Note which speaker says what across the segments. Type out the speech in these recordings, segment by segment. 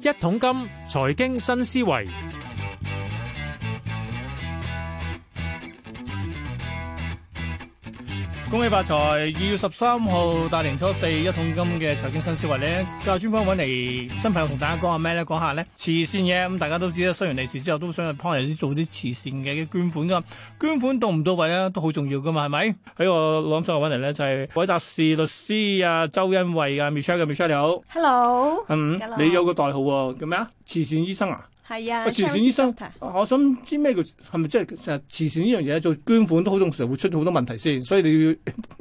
Speaker 1: 一桶金財經新思維，
Speaker 2: 恭喜發財！二月十三號大年初四一桶金嘅財經新思維咧，教專訪揾嚟新朋友同大家講下咩咧？講下咧慈善嘢咁，大家都知啦。收完利是之後，都想去幫人做啲慈善嘅捐款噶。捐款到唔到位咧，都好重要噶嘛，係咪？喺我諗上揾嚟咧，就係韋達仕律師啊，周恩惠啊，Michelle 嘅 Michelle 你好。
Speaker 3: Hello，
Speaker 2: 嗯
Speaker 3: Hello，
Speaker 2: 你有個代號喎，叫咩啊？慈善醫生啊？
Speaker 3: 係啊，
Speaker 2: 喂慈善醫生
Speaker 3: Charity Doctor
Speaker 2: 啊我想知咩叫係咪即係其實慈善呢樣嘢做捐款都好多時候會出好多問題先，所以你 要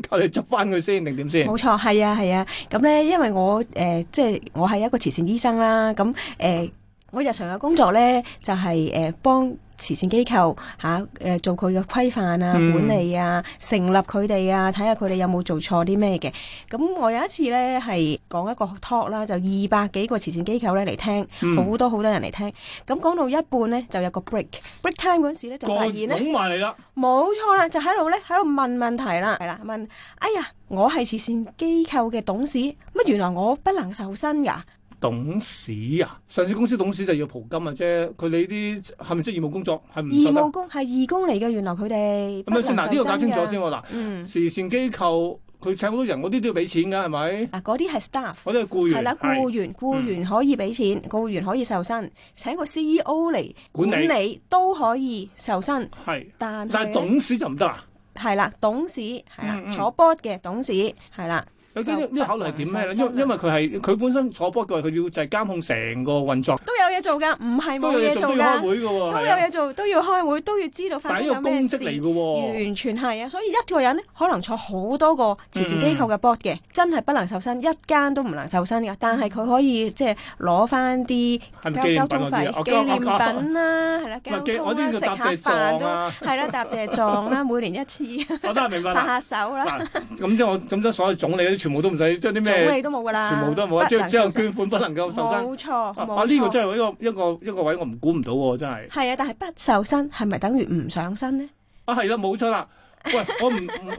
Speaker 2: 靠你執翻佢先定點先？
Speaker 3: 冇錯，係啊，係啊。咁咧，因為我誒、呃即係我係一個慈善醫生啦。咁誒、呃我日常嘅工作咧就係、誒、幫慈善機構嚇誒、呃做佢嘅規範啊、
Speaker 2: 嗯
Speaker 3: 管理啊、成立佢哋啊，睇下佢哋有冇做錯啲咩嘅。咁我有一次咧係講一個 talk 啦，就二百幾個慈善機構咧嚟聽，好、
Speaker 2: 嗯，
Speaker 3: 多好多人嚟聽。咁講到一半咧就有個 break break time 嗰陣時咧就發現咧。
Speaker 2: 拱埋你啦，
Speaker 3: 冇錯啦，就喺度咧，喺度問問題啦，係啦，問，哎呀，我係慈善機構嘅董事，乜原來我不能受薪噶？
Speaker 2: 董事啊，上市公司董事就要蒲金啊啫，佢哋呢啲係咪即係義務工作係唔
Speaker 3: 義
Speaker 2: 受得？
Speaker 3: 務工係義工嚟嘅，原來佢哋
Speaker 2: 咁咪啊先
Speaker 3: 不
Speaker 2: 嗱，
Speaker 3: 能
Speaker 2: 呢個搞
Speaker 3: 受
Speaker 2: 清
Speaker 3: 薪
Speaker 2: 楚
Speaker 3: 㗎
Speaker 2: 先喎。嗱，
Speaker 3: 嗯，
Speaker 2: 慈善機構佢請好多人，嗰啲都要俾錢㗎，係咪？
Speaker 3: 啊嗱，嗰啲係 staff。
Speaker 2: 我都係僱員，
Speaker 3: 係啦，僱員僱員可以俾錢，僱員可以受薪，請個 CEO 嚟
Speaker 2: 管理
Speaker 3: 都可以受薪，
Speaker 2: 係，
Speaker 3: 但
Speaker 2: 但係
Speaker 3: 係咧
Speaker 2: 董事就唔得啊。
Speaker 3: 係啦，董事係啦
Speaker 2: 嗯，嗯
Speaker 3: 坐 board 嘅董事係啦，
Speaker 2: 有啲呢
Speaker 3: 就
Speaker 2: 呢個考慮係點咩咧？
Speaker 3: 不能受
Speaker 2: 因
Speaker 3: 傷
Speaker 2: 為因為佢係佢本身坐波嘅，佢要就係監控成個運作，
Speaker 3: 都有嘢做㗎，唔係
Speaker 2: 都
Speaker 3: 冇
Speaker 2: 有嘢
Speaker 3: 嘢
Speaker 2: 做，都
Speaker 3: 做
Speaker 2: 要開
Speaker 3: 㗎。
Speaker 2: 會嘅喎，
Speaker 3: 都
Speaker 2: 係
Speaker 3: 有
Speaker 2: 啊
Speaker 3: 嘢做，都要開會，都要知道發
Speaker 2: 但係
Speaker 3: 生
Speaker 2: 呢個
Speaker 3: 緊
Speaker 2: 公
Speaker 3: 咩
Speaker 2: 職
Speaker 3: 事。
Speaker 2: 嚟嘅喎，
Speaker 3: 完全係啊，所以一個人咧可能坐好多個慈善機構
Speaker 2: 嗯
Speaker 3: 嘅 board 嘅，真係不能受薪，一間都唔能受薪嘅。但係佢可以即係攞翻啲
Speaker 2: 嗯係咪紀
Speaker 3: 交交
Speaker 2: 念品
Speaker 3: 通
Speaker 2: 嗰
Speaker 3: 費、
Speaker 2: 啲啊？
Speaker 3: 紀念
Speaker 2: 啊
Speaker 3: 品啦，係啦，
Speaker 2: 唔係
Speaker 3: 交
Speaker 2: 紀我
Speaker 3: 通
Speaker 2: 啲叫
Speaker 3: 啦，食
Speaker 2: 答
Speaker 3: 下
Speaker 2: 謝
Speaker 3: 飯
Speaker 2: 狀
Speaker 3: 都
Speaker 2: 啊，
Speaker 3: 係啦，答謝 狀啦，每年一次，
Speaker 2: 我都係明白 啦。
Speaker 3: 拍下手啦，
Speaker 2: 嗱，咁即係我咁即係所有總理嗰啲全部都唔使，即係啲
Speaker 3: 總
Speaker 2: 咩
Speaker 3: 理都冇噶啦，
Speaker 2: 全部都冇，啊
Speaker 3: 不
Speaker 2: 即
Speaker 3: 能
Speaker 2: 係只有
Speaker 3: 受薪
Speaker 2: 捐款不能夠受薪。
Speaker 3: 冇錯，
Speaker 2: 啊
Speaker 3: 冇
Speaker 2: 啊！呢個
Speaker 3: 錯，
Speaker 2: 真係一個一個一個位，我唔估唔到喎，真係。
Speaker 3: 係啊，但係不受薪係咪等於唔上身呢？
Speaker 2: 啊，係啦，冇錯啦。喂，我唔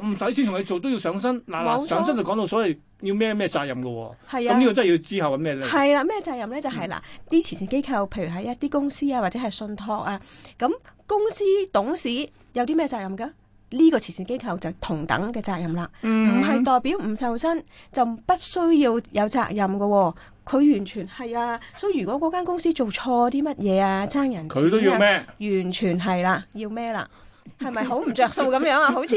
Speaker 2: 唔唔使錢同你做，都要上身。嗱
Speaker 3: 冇
Speaker 2: 嗱，
Speaker 3: 錯
Speaker 2: 上身就講到所謂要咩咩責任嘅喎。
Speaker 3: 係啊
Speaker 2: 咁呢。個真係要之後揾咩咧？
Speaker 3: 係啦，咩責任咧？就係、
Speaker 2: 嗯
Speaker 3: 嗱，啲慈善機構，譬如係一啲公司啊，或者係信託啊，咁公司董事有啲咩責任㗎？呢個慈善機構就同等嘅責任啦，唔
Speaker 2: 唔
Speaker 3: 係代表唔受薪就不需要有責任嘅喎、佢完全係啊，所以如果嗰間公司做錯啲乜嘢啊，爭人
Speaker 2: 佢都要
Speaker 3: 錢啊？
Speaker 2: 咩？
Speaker 3: 完全係啦，要咩啦？係咪好唔着數咁樣啊？好似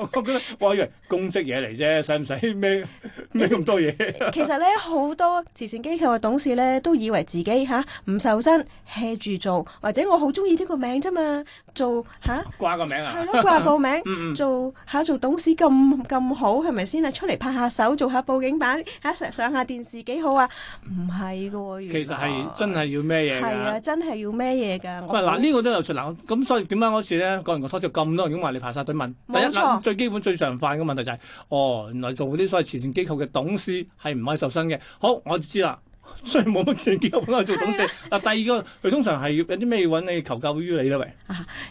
Speaker 2: 我我覺得我以為公職嘢嚟啫，使唔使 咩咩咁多嘢？
Speaker 3: 其實咧，好多慈善機構嘅董事咧，都以為自己吓唔受薪 hea 住做，或者我好中意呢個名啫嘛，做吓
Speaker 2: 掛個名啊
Speaker 3: 係？咯掛個名，
Speaker 2: 嗯嗯，
Speaker 3: 做吓做董事咁咁好，係咪先啊？出嚟拍下手，做下報警版，吓上上下電視幾好啊？唔係噶喎，原來
Speaker 2: 其實係真係要咩嘢
Speaker 3: 係
Speaker 2: 㗎
Speaker 3: 啊，？真係要咩嘢㗎？我
Speaker 2: 喂，嗱呢個都有説嗱，咁所以點解嗰次咧講完個拖咗咁多人咁話你排晒隊問？第一
Speaker 3: 冇錯
Speaker 2: 嗱最基本最常犯嘅問題就係、哦，原來做嗰啲所謂慈善機構嘅董事係唔可以受薪嘅。好，我知啦。 雖然冇乜慈善機構幫我做 董事，但第二個佢通常係有啲咩要揾你求救於你咧？喂，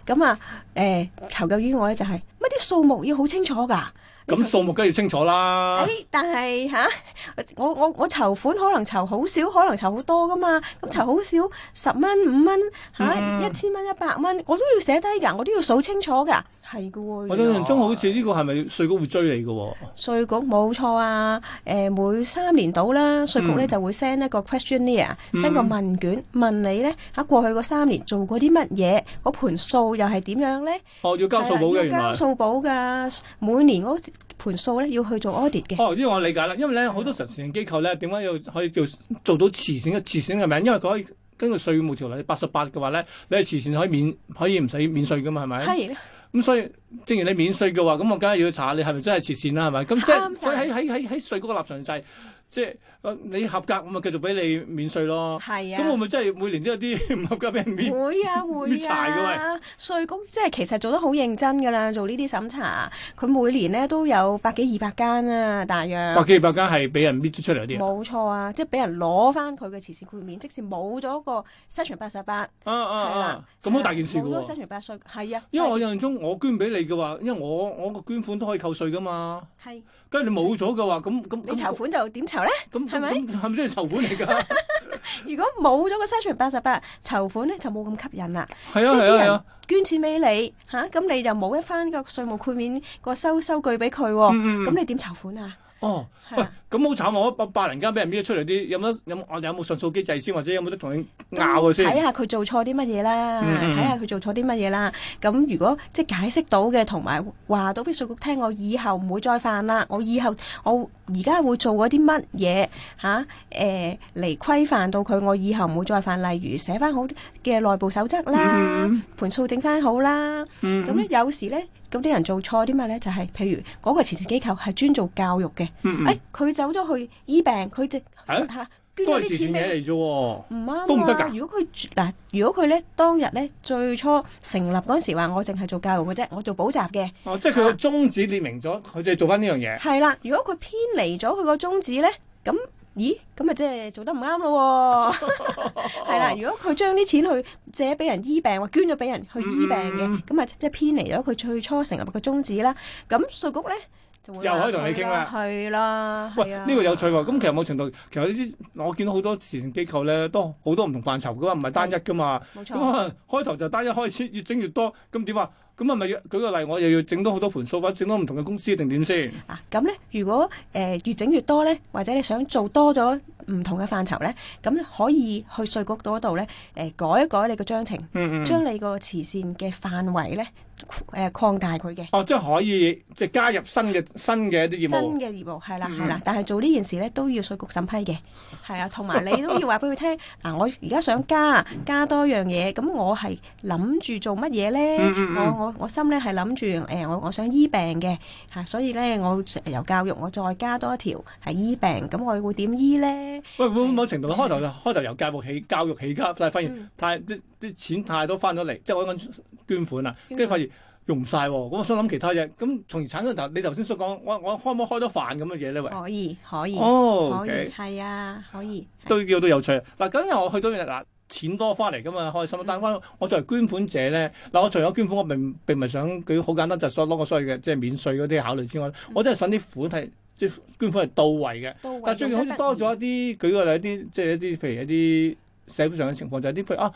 Speaker 3: 咁啊，誒求救於我咧就係乜啲數目要好清楚㗎。哎
Speaker 2: 咁數目梗係要清楚啦。
Speaker 3: 誒，但係吓，我我我籌款可能籌好少，可能籌好多噶嘛。咁籌好少，十蚊、五蚊吓，
Speaker 2: 嗯
Speaker 3: 一千蚊、一百蚊，我都要寫低㗎，我都要數清楚㗎。係噶喎，
Speaker 2: 我
Speaker 3: 原
Speaker 2: 印
Speaker 3: 來
Speaker 2: 象中好似呢個係咪稅局會追你嘅喎？
Speaker 3: 稅局冇錯啊。誒，每三年到啦，稅局咧
Speaker 2: 嗯
Speaker 3: 就會 send 一個 questionnaire，send
Speaker 2: 嗯
Speaker 3: 個問卷問你咧吓過去嗰三年做過啲乜嘢，嗰盤數又係點樣咧？
Speaker 2: 哦，要交數簿嘅
Speaker 3: 係啦
Speaker 2: 原
Speaker 3: 要
Speaker 2: 來
Speaker 3: 交。數簿㗎，每年嗰盤數咧要去做 audit 嘅。
Speaker 2: 哦，呢個我理解啦，因為
Speaker 3: 嗯
Speaker 2: 咧好多慈善機構咧點解要可以叫做到慈善嘅慈善嘅名？因為佢可以根據稅務條例八十八嘅話咧，你係慈善可以免可以唔使免稅噶嘛，係咪？
Speaker 3: 係。
Speaker 2: 咁所以正如你免稅嘅話，咁我梗係要查你係咪真係慈善啦，係咪？咁即係
Speaker 3: 啱晒
Speaker 2: 所以喺喺喺喺稅嗰個立場就係、即係呃你合格咁咪繼續俾你免稅咯。
Speaker 3: 係
Speaker 2: 咁
Speaker 3: 啊，
Speaker 2: 會唔會真係每年都有啲唔合格俾人免？
Speaker 3: 會 啊會
Speaker 2: 搣柴㗎
Speaker 3: 啊，税局即係其實做得好認真㗎啦，做呢啲審查，佢每年咧都有百幾二百間啊，大約
Speaker 2: 百。幾二百間係俾人搣咗出嚟嗰啲啊
Speaker 3: 冇錯啊，即係俾人攞翻佢嘅慈善豁免，即使冇咗個 section 八十八，
Speaker 2: 啊啊
Speaker 3: 係啦
Speaker 2: 啊！咁好大件事嘅
Speaker 3: 冇咗
Speaker 2: 喎。
Speaker 3: section 八稅，係啊，
Speaker 2: 因為我印象中我捐俾你你嘅話，因為我我個捐款都可以扣税噶嘛。
Speaker 3: 係
Speaker 2: 跟住你冇咗嘅話，咁咁
Speaker 3: 你籌
Speaker 2: 咁
Speaker 3: 款就點籌咧？
Speaker 2: 咁
Speaker 3: 係咪
Speaker 2: 咁係咪都係籌款嚟㗎？
Speaker 3: 如果冇咗個 session 八十八，籌款咧就冇咁吸引啦。
Speaker 2: 係啊係
Speaker 3: 即係啲
Speaker 2: 啊係
Speaker 3: 人
Speaker 2: 啊，
Speaker 3: 捐錢俾你吓，咁、你就冇一翻個稅務豁免個收收據俾佢喎，
Speaker 2: 嗯嗯
Speaker 3: 咁、
Speaker 2: 嗯
Speaker 3: 你點籌款啊？
Speaker 2: 哦。
Speaker 3: 係
Speaker 2: 喂
Speaker 3: 啊，，
Speaker 2: 咁好慘啊！我百零間俾人搣咗出嚟啲，有冇得有冇我哋有冇上訴機制先，或者有冇得同你拗佢
Speaker 3: 睇
Speaker 2: 先？
Speaker 3: 下佢做錯啲乜嘢啦，
Speaker 2: 嗯嗯嗯
Speaker 3: 睇下佢做錯啲乜嘢啦。咁如果即係解釋到嘅，同埋話到俾稅局聽，我以後唔會再犯啦。我以後我而家會做嗰啲乜嘢嚇？誒嚟規範到佢，我以後唔會再犯。例如寫翻好嘅內部守則啦，
Speaker 2: 嗯
Speaker 3: 盤數整翻好啦。
Speaker 2: 嗯
Speaker 3: 咁咧有時咧，咁啲人做錯啲乜咧，就係、譬如嗰個慈善機構係專做教育嘅，誒
Speaker 2: 嗯嗯
Speaker 3: 佢、走咗去醫病，佢就
Speaker 2: 啊
Speaker 3: 嚇、捐
Speaker 2: 都
Speaker 3: 咗
Speaker 2: 係慈善
Speaker 3: 啲錢
Speaker 2: 嘢
Speaker 3: 俾。
Speaker 2: 嚟啫喎。
Speaker 3: 唔啱啊
Speaker 2: 都唔得㗎
Speaker 3: 如果佢嗱，如果佢咧當日咧最初成立嗰陣時話，我淨係做教育嘅啫，我做補習嘅，
Speaker 2: 哦，即係佢個宗旨列明咗，佢就做翻呢樣嘢。
Speaker 3: 係啦。如果佢偏離咗佢個宗旨咧，咁咦咁咪即係做得唔啱咯喎。 係啦，如果佢將啲錢去借俾人醫病，或捐咗俾人去醫病
Speaker 2: 嗯
Speaker 3: 嘅，咁啊即係偏離咗佢最初成立嘅宗旨啦。咁稅局咧就會
Speaker 2: 又可以同你傾啦
Speaker 3: 係啦，
Speaker 2: 喂，
Speaker 3: 係啊
Speaker 2: 呢個有趣喎！咁其實某程度，其實呢啲我見到好多慈善機構咧，都好多唔同範疇噶嘛，唔係單一噶嘛。
Speaker 3: 冇
Speaker 2: 咁啊
Speaker 3: 錯，
Speaker 2: 可能開頭就單一開始，越整越多，咁點啊？咁係咪要舉個例，我又要整多好多盤數，或者整多唔同嘅公司定點先？
Speaker 3: 嗱啊咁咧，如果誒、呃越整越多咧，或者你想做多咗唔同嘅範疇咧，咁可以去稅局嗰度咧誒改一改你個章程，
Speaker 2: 嗯嗯。
Speaker 3: 將你個慈善嘅範圍咧誒擴大佢嘅。
Speaker 2: 哦，即係可以即係加入新嘅新嘅一啲業
Speaker 3: 新
Speaker 2: 務。
Speaker 3: 嘅業務係啦
Speaker 2: 嗯
Speaker 3: 係啦，但係做呢件事咧都要稅局審批嘅，係啊，同 埋你都要話俾佢聽，嗱，我而家想加加多樣嘢，咁我係諗住做乜嘢咧？
Speaker 2: 嗯嗯嗯
Speaker 3: 我我我心咧係諗住誒，我我想醫病嘅嚇，所以咧我由教育我再加多一條係醫病，咁我會點醫咧？
Speaker 2: 喂，會唔會某程度開頭就開頭由教育起教育起家，但係發現
Speaker 3: 嗯
Speaker 2: 太啲啲錢太多翻咗嚟，即係我講捐款啦，
Speaker 3: 捐
Speaker 2: 跟
Speaker 3: 款
Speaker 2: 住發現用唔晒喎，咁我想諗其他嘢，咁從而產生頭你頭先所講，我我可唔可以開多飯咁嘅嘢咧？喂，
Speaker 3: 可以可以
Speaker 2: 哦
Speaker 3: 可以
Speaker 2: ，OK，
Speaker 3: 係啊可以係
Speaker 2: 都叫都有趣。嗱，咁又我去到嗱。錢多翻嚟噶嘛，開心。但係我作為捐款者咧，嗱，我除咗捐款，我並並唔係想佢好簡單，就係所攞個所謂嘅即係免税嗰啲考慮之外，我真係想啲款係即係捐款係到位嘅。
Speaker 3: 到位
Speaker 2: 但最近好似多咗一啲，舉個例，一啲即係一啲譬如一啲社會上嘅情況，就係啲譬如啊，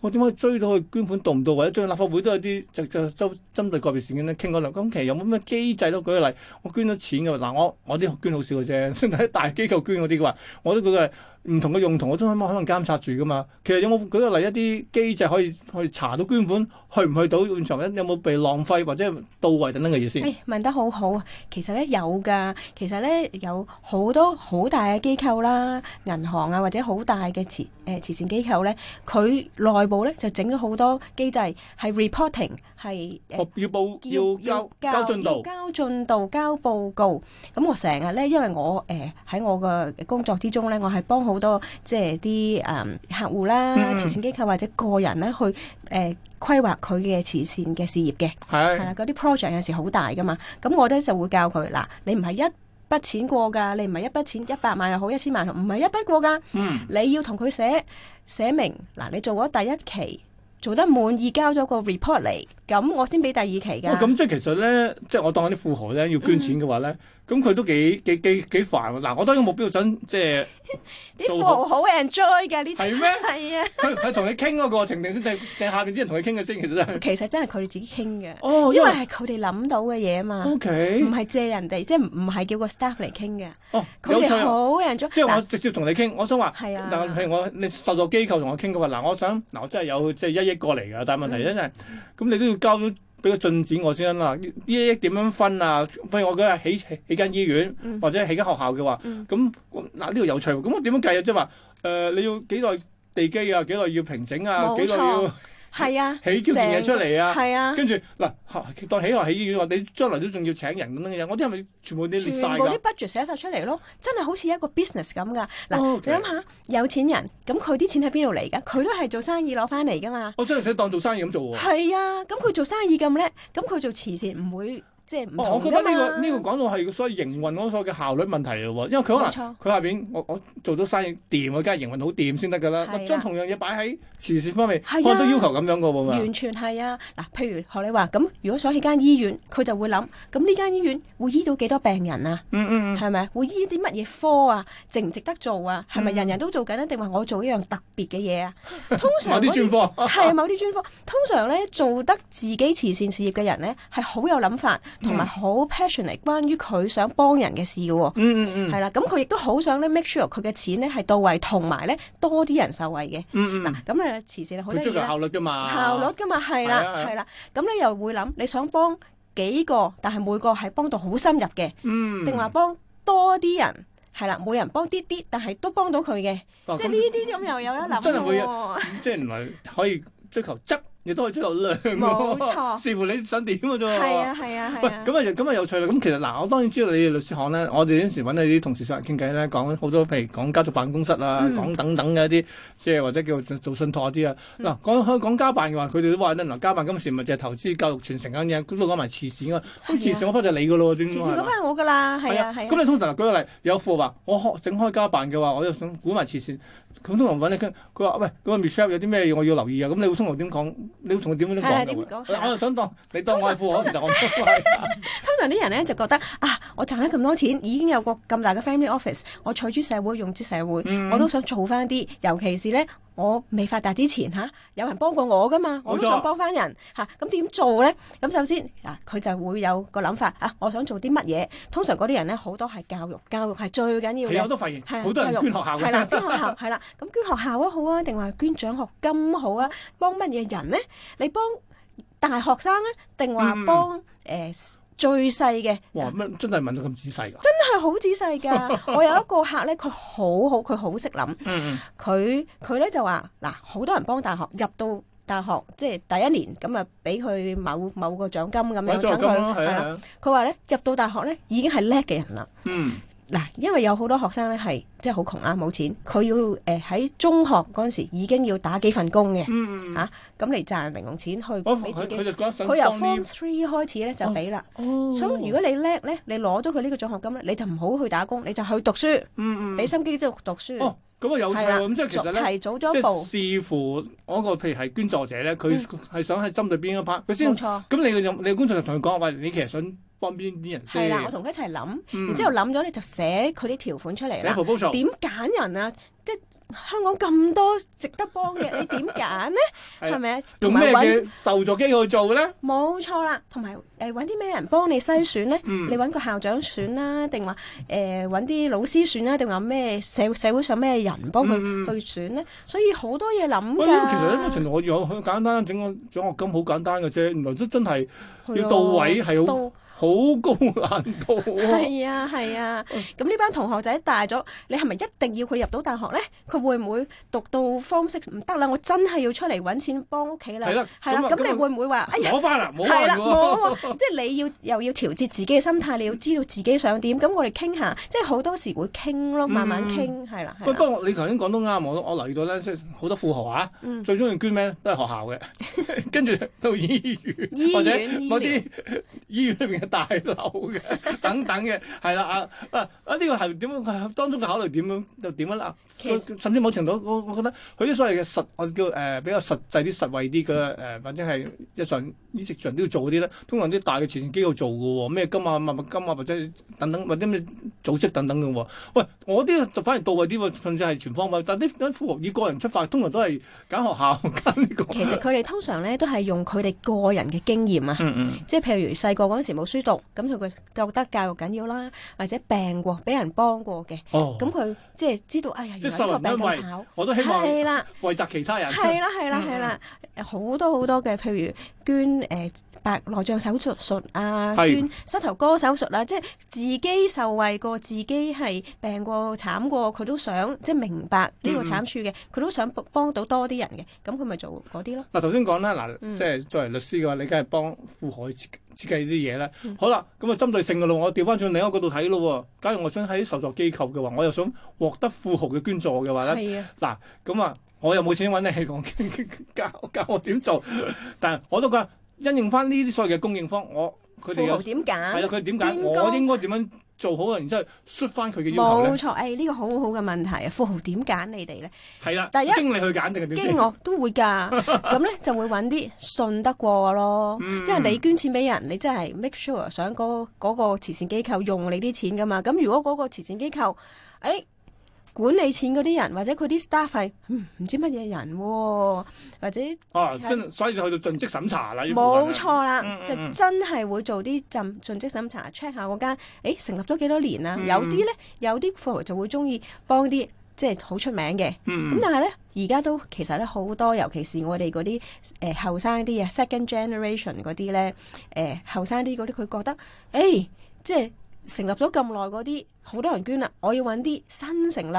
Speaker 2: 我點可以追到佢捐款到唔到，或者最近立法會都有啲就就就針對個別事件咧傾嗰兩，咁其實有冇咩機制咯？舉個例，我捐咗錢嘅，嗱我我啲捐好少嘅啫， 但係大機構捐嗰啲嘅話，我都舉個例，唔同嘅用途，我都可能可能監察住噶嘛。其實有冇舉個例一啲機制可以去查到捐款去唔去到現場有冇被浪費或者到位等等嘅意思？
Speaker 3: 誒、問得好好啊！其實咧有㗎，其實咧有好多好大嘅機構啦、銀行啊，或者好大嘅慈誒、呃慈善機構咧，佢內部咧就整咗好多機制係 reporting 係誒。
Speaker 2: 我要報要交交進
Speaker 3: 要
Speaker 2: 度。
Speaker 3: 交進度、交報告。咁我成日咧，因為我誒喺、我嘅工作之中咧，我係幫好多即係啲誒客戶啦、
Speaker 2: 嗯嗯
Speaker 3: 慈善機構或者個人咧去誒、呃、規劃佢嘅慈善嘅事業嘅。
Speaker 2: 係
Speaker 3: 係啦，嗰啲 project 有時好大噶嘛，咁我咧就會教佢嗱，你唔係一筆錢過㗎，你唔係一筆錢一百萬又好，一千萬又好唔係一筆過㗎，
Speaker 2: 嗯。
Speaker 3: 你要同佢寫寫明嗱，你做咗第一期做得滿意，交咗個 report 嚟，咁我先俾第二期㗎。
Speaker 2: 哇！哦咁即係其實咧，即係我當啲富豪咧要捐錢嘅話咧，
Speaker 3: 嗯
Speaker 2: 咁佢、都幾幾幾幾煩喎。嗱，我當然目標想即係
Speaker 3: 啲
Speaker 2: 做
Speaker 3: 富
Speaker 2: 好
Speaker 3: 豪好 enjoy 嘅呢啲，
Speaker 2: 係咩？
Speaker 3: 係啊，
Speaker 2: 佢佢同你傾嗰個過程定先定定下邊啲人同你傾嘅先，其實真係。
Speaker 3: 其實真係佢哋自己傾嘅，
Speaker 2: 哦，
Speaker 3: 因
Speaker 2: 因為
Speaker 3: 為係佢哋諗到嘅嘢嘛，
Speaker 2: O
Speaker 3: 唔
Speaker 2: K，
Speaker 3: 係借人哋，即係唔唔係叫個 staff 嚟傾嘅，
Speaker 2: 哦，
Speaker 3: 佢
Speaker 2: 有趣
Speaker 3: 哋
Speaker 2: 啊！
Speaker 3: 好 enjoy。
Speaker 2: 即係我
Speaker 3: 嗱
Speaker 2: 直接同你傾，我想話，
Speaker 3: 係啊
Speaker 2: 嗱，譬如我你受助機構同我傾嘅話，嗱，我想嗱，我真係有即係一億過嚟㗎，但係問
Speaker 3: 嗯
Speaker 2: 題真係，咁你都要交到俾個進展我先啦。呢一億點樣分啊？譬如我嗰日起起起間醫院
Speaker 3: 嗯
Speaker 2: 或者起間學校嘅話。
Speaker 3: 嗯
Speaker 2: 咁咁嗱呢度有趣喎，咁我點樣計啊？即係話誒，你要幾耐地基啊？幾耐要平整啊？
Speaker 3: 冇
Speaker 2: 幾耐要
Speaker 3: 錯係啊，
Speaker 2: 起叫件嘢出嚟啊？
Speaker 3: 係啊。
Speaker 2: 跟住嗱，嚇當起學起醫院話，你將來都仲要請人咁樣嘅嘢，我啲係咪全部都列
Speaker 3: 全
Speaker 2: 晒
Speaker 3: 部
Speaker 2: 㗎
Speaker 3: 啲？budget 寫晒出嚟咯，真係好似一個 business 咁噶。嗱，
Speaker 2: 哦，OK
Speaker 3: 你諗下有錢人，咁佢啲錢喺邊度嚟㗎？佢都係做生意攞翻嚟噶嘛。
Speaker 2: 我真係想當做生意咁做喎。
Speaker 3: 係啊，咁佢做生意咁叻，咁佢做慈善唔會即係唔
Speaker 2: 哦，我覺
Speaker 3: 同㗎
Speaker 2: 得
Speaker 3: 嘛。
Speaker 2: 呢、個呢、個講到係所謂營運嗰所謂嘅效率問題嚟喎，因為佢可
Speaker 3: 冇
Speaker 2: 能
Speaker 3: 錯
Speaker 2: 佢下邊我我做咗生意掂，我梗係營運好掂先得㗎啦
Speaker 3: 係。啦
Speaker 2: 將同樣嘢擺喺慈善方面，
Speaker 3: 係啊
Speaker 2: 可能都要求咁樣㗎喎嘛。
Speaker 3: 完全係啊！嗱，譬如學你話咁，如果想起間醫院，佢就會諗，咁呢間醫院會醫到幾多病人啊？
Speaker 2: 嗯嗯嗯，
Speaker 3: 係咪？會醫啲乜嘢科啊？值唔值得做啊？係咪
Speaker 2: 嗯
Speaker 3: 人人都做緊，一定話我做一樣特別嘅嘢 啊？通
Speaker 2: 某
Speaker 3: 常嗰
Speaker 2: 啲專科。
Speaker 3: 係啊某啲專科，通常咧做得自己慈善事業嘅人咧，係好有諗法，同埋好 passion 嚟關於佢想幫人嘅事嘅喎。
Speaker 2: 嗯嗯嗯
Speaker 3: 係啦，咁佢亦都好想咧 make sure 佢嘅錢咧係到位，同埋咧多啲人受惠嘅。
Speaker 2: 嗯嗯
Speaker 3: 嗱，咁咧慈善係好
Speaker 2: 佢
Speaker 3: 得
Speaker 2: 追
Speaker 3: 意
Speaker 2: 求
Speaker 3: 啦。
Speaker 2: 效率㗎嘛。
Speaker 3: 效率噶嘛，係啦
Speaker 2: 係啊係啊，
Speaker 3: 係啦，咁你又會諗，你想幫幾個，但係每個係幫到好深入嘅，
Speaker 2: 嗯，
Speaker 3: 定話幫多啲人，係啦，每人幫啲啲，但係都幫到佢嘅，
Speaker 2: 哦
Speaker 3: 即係呢
Speaker 2: 咁
Speaker 3: 啲咁又有得諗
Speaker 2: 真係會
Speaker 3: 喎，
Speaker 2: 即係原來可以追求質，亦都可以追求量喎。
Speaker 3: 冇 錯
Speaker 2: 視乎你想點嘅啫喎。
Speaker 3: 係啊，係啊，
Speaker 2: 喂，
Speaker 3: 係啊，
Speaker 2: 咁啊又咁啊有趣啦！咁其實嗱，我當然知道你哋律師行咧，我哋有陣時揾你啲同事上嚟傾偈咧，講好多譬如講家族辦公室啊，
Speaker 3: 嗯
Speaker 2: 講等等嘅一啲，即係或者叫做做信託啲啊。
Speaker 3: 嗯
Speaker 2: 嗱，講香港家辦嘅話，佢哋都話咧，嗱家辦今時咪就係投資教育傳承嗰樣嘢，都講埋慈善啊。
Speaker 3: 係啊
Speaker 2: 咁慈善嗰忽就你嘅咯，正
Speaker 3: 慈善
Speaker 2: 係
Speaker 3: 嗰
Speaker 2: 嘛
Speaker 3: 班係我噶啦，係啊，係
Speaker 2: 咁
Speaker 3: 啊，
Speaker 2: 你通常嗱舉個例，有貨話我學整開家辦嘅話，我又想估埋慈善，咁通常揾你傾，佢話喂，咁啊 Michelle 有啲咩嘢我要留意啊？咁你會通常點講？你會同佢點樣
Speaker 3: 係啊
Speaker 2: 講
Speaker 3: 點
Speaker 2: 㗎
Speaker 3: 講
Speaker 2: 會
Speaker 3: 係啊
Speaker 2: 我又想當你當我係富豪，其實我唔
Speaker 3: 通常啲人咧就覺得啊，我賺咗咁多錢，已經有個咁大嘅 family office，我取之社會，用之社會，我都想做翻啲，尤其是咧。我未發達之前嚇、有人幫過我噶嘛，我
Speaker 2: 冇
Speaker 3: 都
Speaker 2: 錯
Speaker 3: 想幫翻人嚇。咁點做咧？咁首先嗱，佢就會有個諗法啊，我想做啲乜嘢？通常嗰啲人咧好多係教育，教育係最緊
Speaker 2: 係啊
Speaker 3: 要
Speaker 2: 我
Speaker 3: 嘅。
Speaker 2: 都發現
Speaker 3: 係啊
Speaker 2: 好多人
Speaker 3: 教
Speaker 2: 捐
Speaker 3: 育
Speaker 2: 學校嘅
Speaker 3: 係啦，捐 學校係啦，咁捐學校啊好啊，定話捐獎學金好啊？幫乜嘢人咧？你幫大學生咧，定話
Speaker 2: 嗯
Speaker 3: 幫誒最細嘅？
Speaker 2: 哇！乜真係問到咁仔細㗎？
Speaker 3: 真係好仔 細㗎。我有一個客咧，佢好好，佢好識諗。
Speaker 2: 嗯
Speaker 3: 佢佢咧就話嗱，好多人幫大學入到大學，即係第一年咁啊，俾佢某某個獎金咁
Speaker 2: 嗯，或
Speaker 3: 樣
Speaker 2: 者
Speaker 3: 等
Speaker 2: 咁咯，係
Speaker 3: 佢係
Speaker 2: 啊係
Speaker 3: 啦。
Speaker 2: 啊，
Speaker 3: 佢話咧入到大學咧已經係叻嘅人啦。
Speaker 2: 嗯
Speaker 3: 嗱，因為有好多學生咧係即係好窮啦，冇錢，佢要誒喺、中學嗰陣時已經要打幾份工嘅，
Speaker 2: 嗯，
Speaker 3: 啊咁嚟賺零用錢去
Speaker 2: 我佢
Speaker 3: 俾自
Speaker 2: 哦佢
Speaker 3: 己。
Speaker 2: 就覺得想
Speaker 3: 佢由
Speaker 2: 幫
Speaker 3: Form
Speaker 2: 啲
Speaker 3: Three 開始咧就俾啦，
Speaker 2: 哦
Speaker 3: 所以如果你叻咧，你攞到佢呢個獎學金咧，你就唔好去打工，你就去讀書。
Speaker 2: 嗯
Speaker 3: 俾
Speaker 2: 嗯
Speaker 3: 心機都讀書，
Speaker 2: 哦咁啊有趣
Speaker 3: 係啦
Speaker 2: 喎！咁即係其實咧。
Speaker 3: 提早
Speaker 2: 即
Speaker 3: 咗一步，
Speaker 2: 係視乎嗰個，譬如係捐助者咧，佢係想係針對邊一 part，佢先
Speaker 3: 嗯冇錯，
Speaker 2: 咁你嘅你嘅工作就同佢講話，你其實想幫邊啲人
Speaker 3: 係
Speaker 2: 先？
Speaker 3: 啦，我同佢一齊諗，
Speaker 2: 嗯
Speaker 3: 然之後諗咗咧就寫佢啲條款出嚟
Speaker 2: 寫
Speaker 3: 啦。
Speaker 2: proposal
Speaker 3: 點揀人啊？即係香港咁多值得幫嘅，你點揀呢？
Speaker 2: 係
Speaker 3: 係咪啊？
Speaker 2: 用
Speaker 3: 同埋
Speaker 2: 咩
Speaker 3: 揾
Speaker 2: 嘅受助機構做咧？
Speaker 3: 冇錯啦，同埋誒揾啲咩人幫你篩選呢？
Speaker 2: 嗯
Speaker 3: 你揾個校長選啦，定話誒揾啲老師選啦，定話咩社社會上咩人幫佢
Speaker 2: 嗯嗯
Speaker 3: 去選呢？所以好多嘢諗
Speaker 2: 喂，咁其實咧，
Speaker 3: 㗎。
Speaker 2: 程度我有好簡單整個獎學金好簡單嘅啫，原來都真係
Speaker 3: 係
Speaker 2: 要
Speaker 3: 啊
Speaker 2: 到位係好
Speaker 3: 到
Speaker 2: 好高難度喎。
Speaker 3: 係啊，係啊，
Speaker 2: 嗯
Speaker 3: 咁呢班同學仔大咗，你係咪一定要佢入到大學呢？佢會唔會讀到 Form Six 唔得啦？我真係要出嚟揾錢幫屋企啦。
Speaker 2: 係啦
Speaker 3: 係啦，
Speaker 2: 咁啊
Speaker 3: 咁
Speaker 2: 咁
Speaker 3: 你
Speaker 2: 啊
Speaker 3: 會唔會話哎呀？
Speaker 2: 攞翻啦，冇
Speaker 3: 係啦，
Speaker 2: 啦喎。
Speaker 3: 冇啊，即係你要又要調節自己嘅心態，你要知道自己想點。咁我哋傾下，即係好多時會傾咯，慢慢傾，係啦，
Speaker 2: 嗯不
Speaker 3: 係啦，
Speaker 2: 不過你頭先講都啱，我我留意到咧，即係好多富豪啊，
Speaker 3: 嗯
Speaker 2: 最中意捐咩呢都係學校嘅， 跟住到醫院
Speaker 3: 醫
Speaker 2: 或者
Speaker 3: 院
Speaker 2: 某啲醫院裏邊嘅大樓 嘅等等嘅，係啦啊啊啊！呢個係點樣？係當中嘅考慮點樣又點樣啦？
Speaker 3: 其實
Speaker 2: 甚至某程度，我我覺得佢啲所謂嘅實，我叫誒、呃比較實際啲、實惠啲嘅誒，或者係日常衣食上都要做嗰啲咧，通常啲大嘅慈善機構做嘅喎，咩金啊、物物金啊，或者等等，或者咩組織等等嘅喎。喂，我啲就反而到位啲喎，甚至係全方位。但啲啲富豪以個人出發，通常都係揀學校揀呢、個。
Speaker 3: 其實佢哋通常咧都係用佢哋個人嘅經驗啊。
Speaker 2: 嗯嗯，
Speaker 3: 即係譬如細個嗰陣時冇書讀，咁佢覺得教育緊要啦，或者病過，俾人幫過嘅，
Speaker 2: 哦，
Speaker 3: 咁佢即係知道，哎呀，
Speaker 2: 即
Speaker 3: 原
Speaker 2: 係
Speaker 3: 來
Speaker 2: 受
Speaker 3: 呢個
Speaker 2: 人
Speaker 3: 病
Speaker 2: 恩惠
Speaker 3: 咁炒，
Speaker 2: 我都希望
Speaker 3: 係啦，
Speaker 2: 惠澤其他人。嗯
Speaker 3: 係啦，係啦，係啦，好多好多嘅，譬如捐誒白內障手術術啊，
Speaker 2: 係
Speaker 3: 捐膝頭哥手術啊啦，即係自己受惠過，自己係病過、慘過，佢都想即係明白呢個慘處
Speaker 2: 嗯
Speaker 3: 嘅，佢都想幫到多啲人嘅，咁佢咪做嗰啲咯。
Speaker 2: 嗱，頭先講啦，嗱，
Speaker 3: 嗯
Speaker 2: 即係作為律師嘅話，你梗係幫富海設設計啲嘢啦。
Speaker 3: 嗯
Speaker 2: 好啦，咁啊針對性嘅咯，我調翻轉另一個角度睇咯喎。假如我想喺受助機構嘅話，我又想獲得富豪嘅捐助嘅話咧，
Speaker 3: 係啊，
Speaker 2: 嗱，咁啊，我又冇錢揾你，我 教教我點做，但係我都覺得因應翻呢啲所謂嘅供應方，我佢哋
Speaker 3: 富
Speaker 2: 有
Speaker 3: 豪點
Speaker 2: 係
Speaker 3: 揀
Speaker 2: 啦，？佢點解
Speaker 3: 應該
Speaker 2: 我應該點樣做好啊？然之後率翻佢嘅要求
Speaker 3: 冇
Speaker 2: 咧，
Speaker 3: 錯，誒呢個好好嘅問題啊！富豪點揀你哋咧？
Speaker 2: 係啦，
Speaker 3: 第一
Speaker 2: 經理去揀定係點
Speaker 3: 經
Speaker 2: 先？
Speaker 3: 我都會㗎， 咁咧就會揾啲信得過嘅咯。
Speaker 2: 嗯
Speaker 3: 因為你捐錢俾人，你真係 make sure 想嗰嗰個慈善機構用你啲錢㗎嘛。咁如果嗰個慈善機構，誒、管理錢嗰啲人或者佢啲 staff 係嗯唔知乜嘢人喎、或者
Speaker 2: 啊，真係所以就去到盡職審查啦，呢部分啊
Speaker 3: 冇，錯啦
Speaker 2: 嗯，嗯
Speaker 3: 就
Speaker 2: 嗯
Speaker 3: 真係會做啲盡盡職審查，check 下嗰間，誒成立咗幾多年啦。
Speaker 2: 嗯
Speaker 3: 有啲咧，有啲富豪就會中意幫啲即係好出名嘅。咁
Speaker 2: 嗯，
Speaker 3: 但係咧，而家都其實咧好多，尤其是我哋嗰啲誒後生啲嘅 second generation 嗰啲咧，誒後生啲嗰啲，佢覺得誒、即係成立咗咁耐嗰啲，好多人捐啦，我要揾啲新成立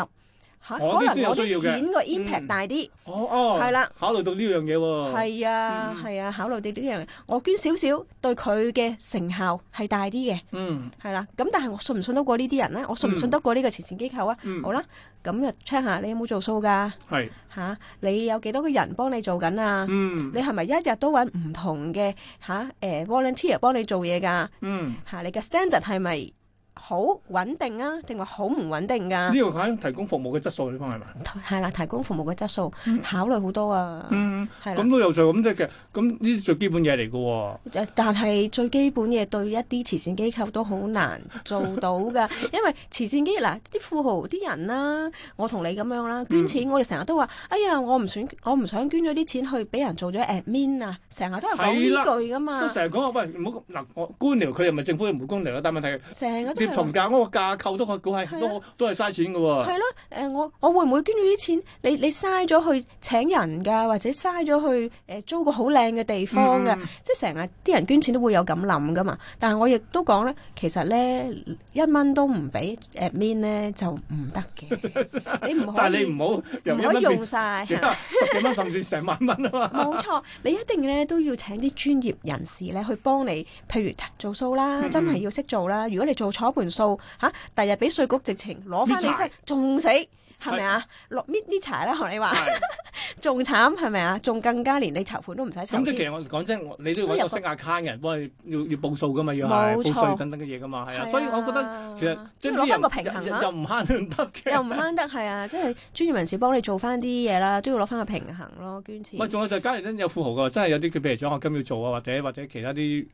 Speaker 3: 嚇，
Speaker 2: 我
Speaker 3: 可
Speaker 2: 啲先
Speaker 3: 能
Speaker 2: 有
Speaker 3: 我
Speaker 2: 需要嘅
Speaker 3: 啲錢個
Speaker 2: 嗯
Speaker 3: impact 大啲，
Speaker 2: 哦哦，
Speaker 3: 係啦，
Speaker 2: 考慮到呢樣嘢喎，
Speaker 3: 係啊
Speaker 2: 嗯
Speaker 3: 係啊，考慮到呢樣，我捐少少對佢嘅成效係大啲嘅，
Speaker 2: 嗯
Speaker 3: 係啦。咁但係我信唔信得過呢啲人咧？我信唔
Speaker 2: 嗯
Speaker 3: 信得過呢個慈善機構啊？
Speaker 2: 嗯，
Speaker 3: 好啦，咁就 check 下你有冇做數㗎。
Speaker 2: 係，
Speaker 3: 吓、你有幾多個人幫你做緊啊？
Speaker 2: 嗯
Speaker 3: 你係咪一日都揾唔同嘅吓誒 volunteer 幫你做嘢㗎？
Speaker 2: 嗯。
Speaker 3: 吓、你嘅 standard 係咪好穩定啊？定話好唔穩定㗎？
Speaker 2: 呢個喺提供服務嘅質素呢方面係咪？
Speaker 3: 係啦，提供服務嘅質素考慮好多啊。
Speaker 2: 嗯，
Speaker 3: 係啦
Speaker 2: 咁都有做咁即係嘅，咁呢啲最基本嘢嚟嘅喎。
Speaker 3: 誒呃但係最基本嘅對一啲慈善機構都好難做到 㗎，因為慈善機嗱啲富豪啲人啦、我同你咁樣
Speaker 2: 嗯
Speaker 3: 啦，捐錢、我哋成日都話，哎呀，我唔想我唔想捐咗啲錢去俾人做咗 admin 啊，成日都係講
Speaker 2: 係啦
Speaker 3: 呢句㗎
Speaker 2: 都
Speaker 3: 嘛，
Speaker 2: 成日講話喂，唔好咁嗱，我官僚佢又唔係政府又唔會官僚啦，但問題係
Speaker 3: 成啊日都
Speaker 2: 貼
Speaker 3: 係話
Speaker 2: 層架嗰個架構都可估係
Speaker 3: 係啊
Speaker 2: 都好都係嘥錢嘅喎。
Speaker 3: 係咯，誒、我我會唔會捐咗啲錢？你你嘥咗去請人㗎，或者嘥咗去誒、租個好靚嘅地方㗎，
Speaker 2: 嗯
Speaker 3: 即係成日啲人捐錢都會有咁諗噶嘛。但係我亦都講咧，其實咧一蚊都唔俾 admin 咧就唔得 嘅，你唔可
Speaker 2: 但係
Speaker 3: 以
Speaker 2: 你唔好由
Speaker 3: 唔
Speaker 2: 一
Speaker 3: 可
Speaker 2: 蚊
Speaker 3: 以用晒。
Speaker 2: 變
Speaker 3: 係啦
Speaker 2: 十幾蚊甚至成萬蚊啊嘛。
Speaker 3: 冇錯，你一定咧都要請啲專業人士咧去幫你，譬如做數
Speaker 2: 嗯
Speaker 3: 啦，真係要識做啦。如果你做錯一盤數嚇，第日俾税局直情攞翻你
Speaker 2: 搣
Speaker 3: 身
Speaker 2: 柴，
Speaker 3: 仲死係咪啊？落搣搣柴啦，學你話
Speaker 2: 係
Speaker 3: 仲慘係咪啊？仲更加連你籌款都唔使籌
Speaker 2: 咁即係其
Speaker 3: 添。
Speaker 2: 實我講真，我你都要揾
Speaker 3: 都
Speaker 2: 個
Speaker 3: 有
Speaker 2: 識 account 嘅人幫你要要報數㗎嘛，要係
Speaker 3: 冇
Speaker 2: 報
Speaker 3: 錯
Speaker 2: 税等等嘅嘢㗎嘛，係啊。所以我覺得其實啊即係
Speaker 3: 係攞翻個
Speaker 2: 呢
Speaker 3: 平
Speaker 2: 樣
Speaker 3: 衡
Speaker 2: 又
Speaker 3: 啦
Speaker 2: 又又唔慳唔得嘅。
Speaker 3: 又唔慳得係啊！即係專業人士幫你做翻啲嘢啦，都要攞翻個平衡咯，捐錢
Speaker 2: 喂，。仲有就係假如咧有富豪嘅，真係有啲佢譬如獎學金要做啊，或者或者其他啲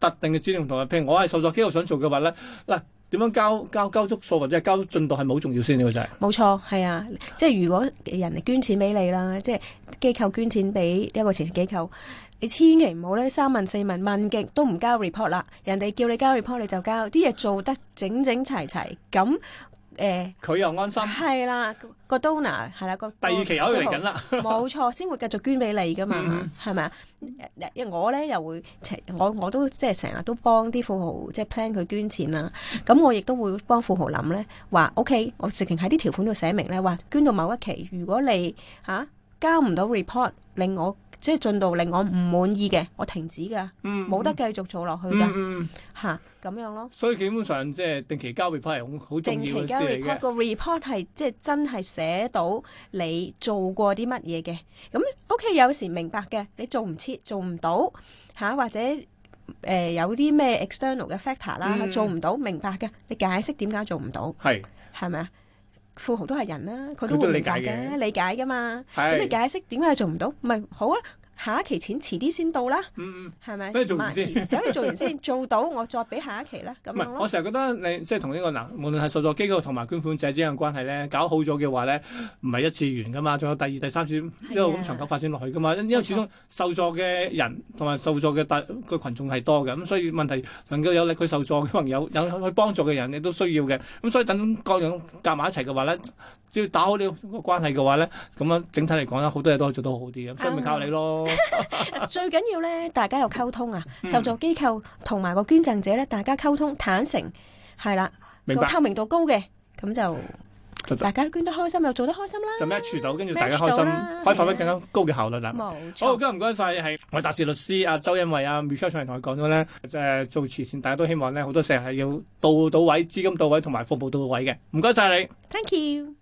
Speaker 2: 特定嘅資料唔同啊。譬如我係受助機構想做嘅話咧，嗱點樣交交交足數或者係交足進度係咪好重要先呢個就係。
Speaker 3: 冇錯，係啊，即係如果人哋捐錢俾你啦，即係機構捐錢俾一個慈善機構，你千祈唔好咧三問四問問極都唔交 report 啦，人哋叫你交 report 你就交，啲嘢做得整整齊齊，咁誒
Speaker 2: 佢又安心，
Speaker 3: 係啦，個 donor 係啦個
Speaker 2: 第二期可以嚟緊啦。
Speaker 3: 冇錯，先會繼續捐俾你噶嘛
Speaker 2: 嗯，
Speaker 3: 係咪啊？誒我咧又會成，我我都即係成日都幫啲富豪即係 plan 佢捐錢啦。咁我亦都會幫富豪諗咧，話 OK，我直情喺啲條款度寫明咧，話捐到某一期，如果你嚇、交唔到 report，令我即係進度令我唔滿意嘅，我停止㗎，
Speaker 2: 嗯
Speaker 3: 冇得繼續做落去
Speaker 2: 嗯
Speaker 3: 㗎
Speaker 2: 嗯，
Speaker 3: 嚇，咁、樣咯。
Speaker 2: 所以基本上即係定期交 report 係好好重
Speaker 3: 定
Speaker 2: 要
Speaker 3: 期
Speaker 2: 嘅
Speaker 3: 交
Speaker 2: 事嚟嘅。
Speaker 3: report 個 report 係即係真係寫到你做過啲乜嘢嘅。咁 OK，有時明白嘅，你做唔切，做唔到嚇、或者誒、呃有啲咩 external 嘅 factor 啦，
Speaker 2: 嗯
Speaker 3: 做唔到明白嘅，你解釋點解做唔到，
Speaker 2: 係
Speaker 3: 係咪啊？富豪都係人啦，佢
Speaker 2: 佢
Speaker 3: 都
Speaker 2: 都理
Speaker 3: 會明
Speaker 2: 解
Speaker 3: 白
Speaker 2: 嘅
Speaker 3: 嘅，理解噶嘛。咁你
Speaker 2: 係，
Speaker 3: 解釋點解你做唔到，咪好啊？下一期錢遲啲先到啦，
Speaker 2: 嗯嗯。
Speaker 3: 係咪？
Speaker 2: 等你做完
Speaker 3: 慢
Speaker 2: 先
Speaker 3: 遲等你做完先，做到我再俾下一期啦，咁
Speaker 2: 唔係
Speaker 3: 樣，
Speaker 2: 我
Speaker 3: 咯。
Speaker 2: 成日覺得你即係同呢個嗱，無論係受助機構同埋捐款者之間嘅關係咧，搞好咗嘅話咧，唔係一次完噶嘛，仲有第二、第三次
Speaker 3: 啊
Speaker 2: 一路咁長久發展落去噶嘛。因因為始終受助嘅人同埋受助嘅大個群眾係多嘅，咁所以問題能夠有力佢受助嘅朋友，有去幫助嘅人，亦都需要嘅。咁所以等各樣夾埋一齊嘅話咧，只要打好呢個關係嘅話咧，咁樣整體嚟講咧，好多嘢都可以做到好啲嘅。咁所以咪靠你 咯。
Speaker 3: 最緊要咧，大家有溝通啊，
Speaker 2: 嗯
Speaker 3: 受助機構同埋個捐贈者咧，大家溝通坦誠，係啦，
Speaker 2: 明
Speaker 3: 個
Speaker 2: 白
Speaker 3: 透明度高嘅，咁
Speaker 2: 得
Speaker 3: 就大家都捐得開心，又做得開心啦，
Speaker 2: 就咩處到，跟住大家開
Speaker 3: match 到
Speaker 2: 心
Speaker 3: 啦，
Speaker 2: 可以發揮更加高嘅效率啦。
Speaker 3: 冇
Speaker 2: 啊好，
Speaker 3: 錯，
Speaker 2: 今日唔該晒，係我達士律師阿周恩惠啊 Michelle 上嚟同佢講咗咧，即係做慈善，大家都希望咧好多時候係要到到位，資金到位同埋服務到位嘅。唔該晒你。
Speaker 3: Thank you。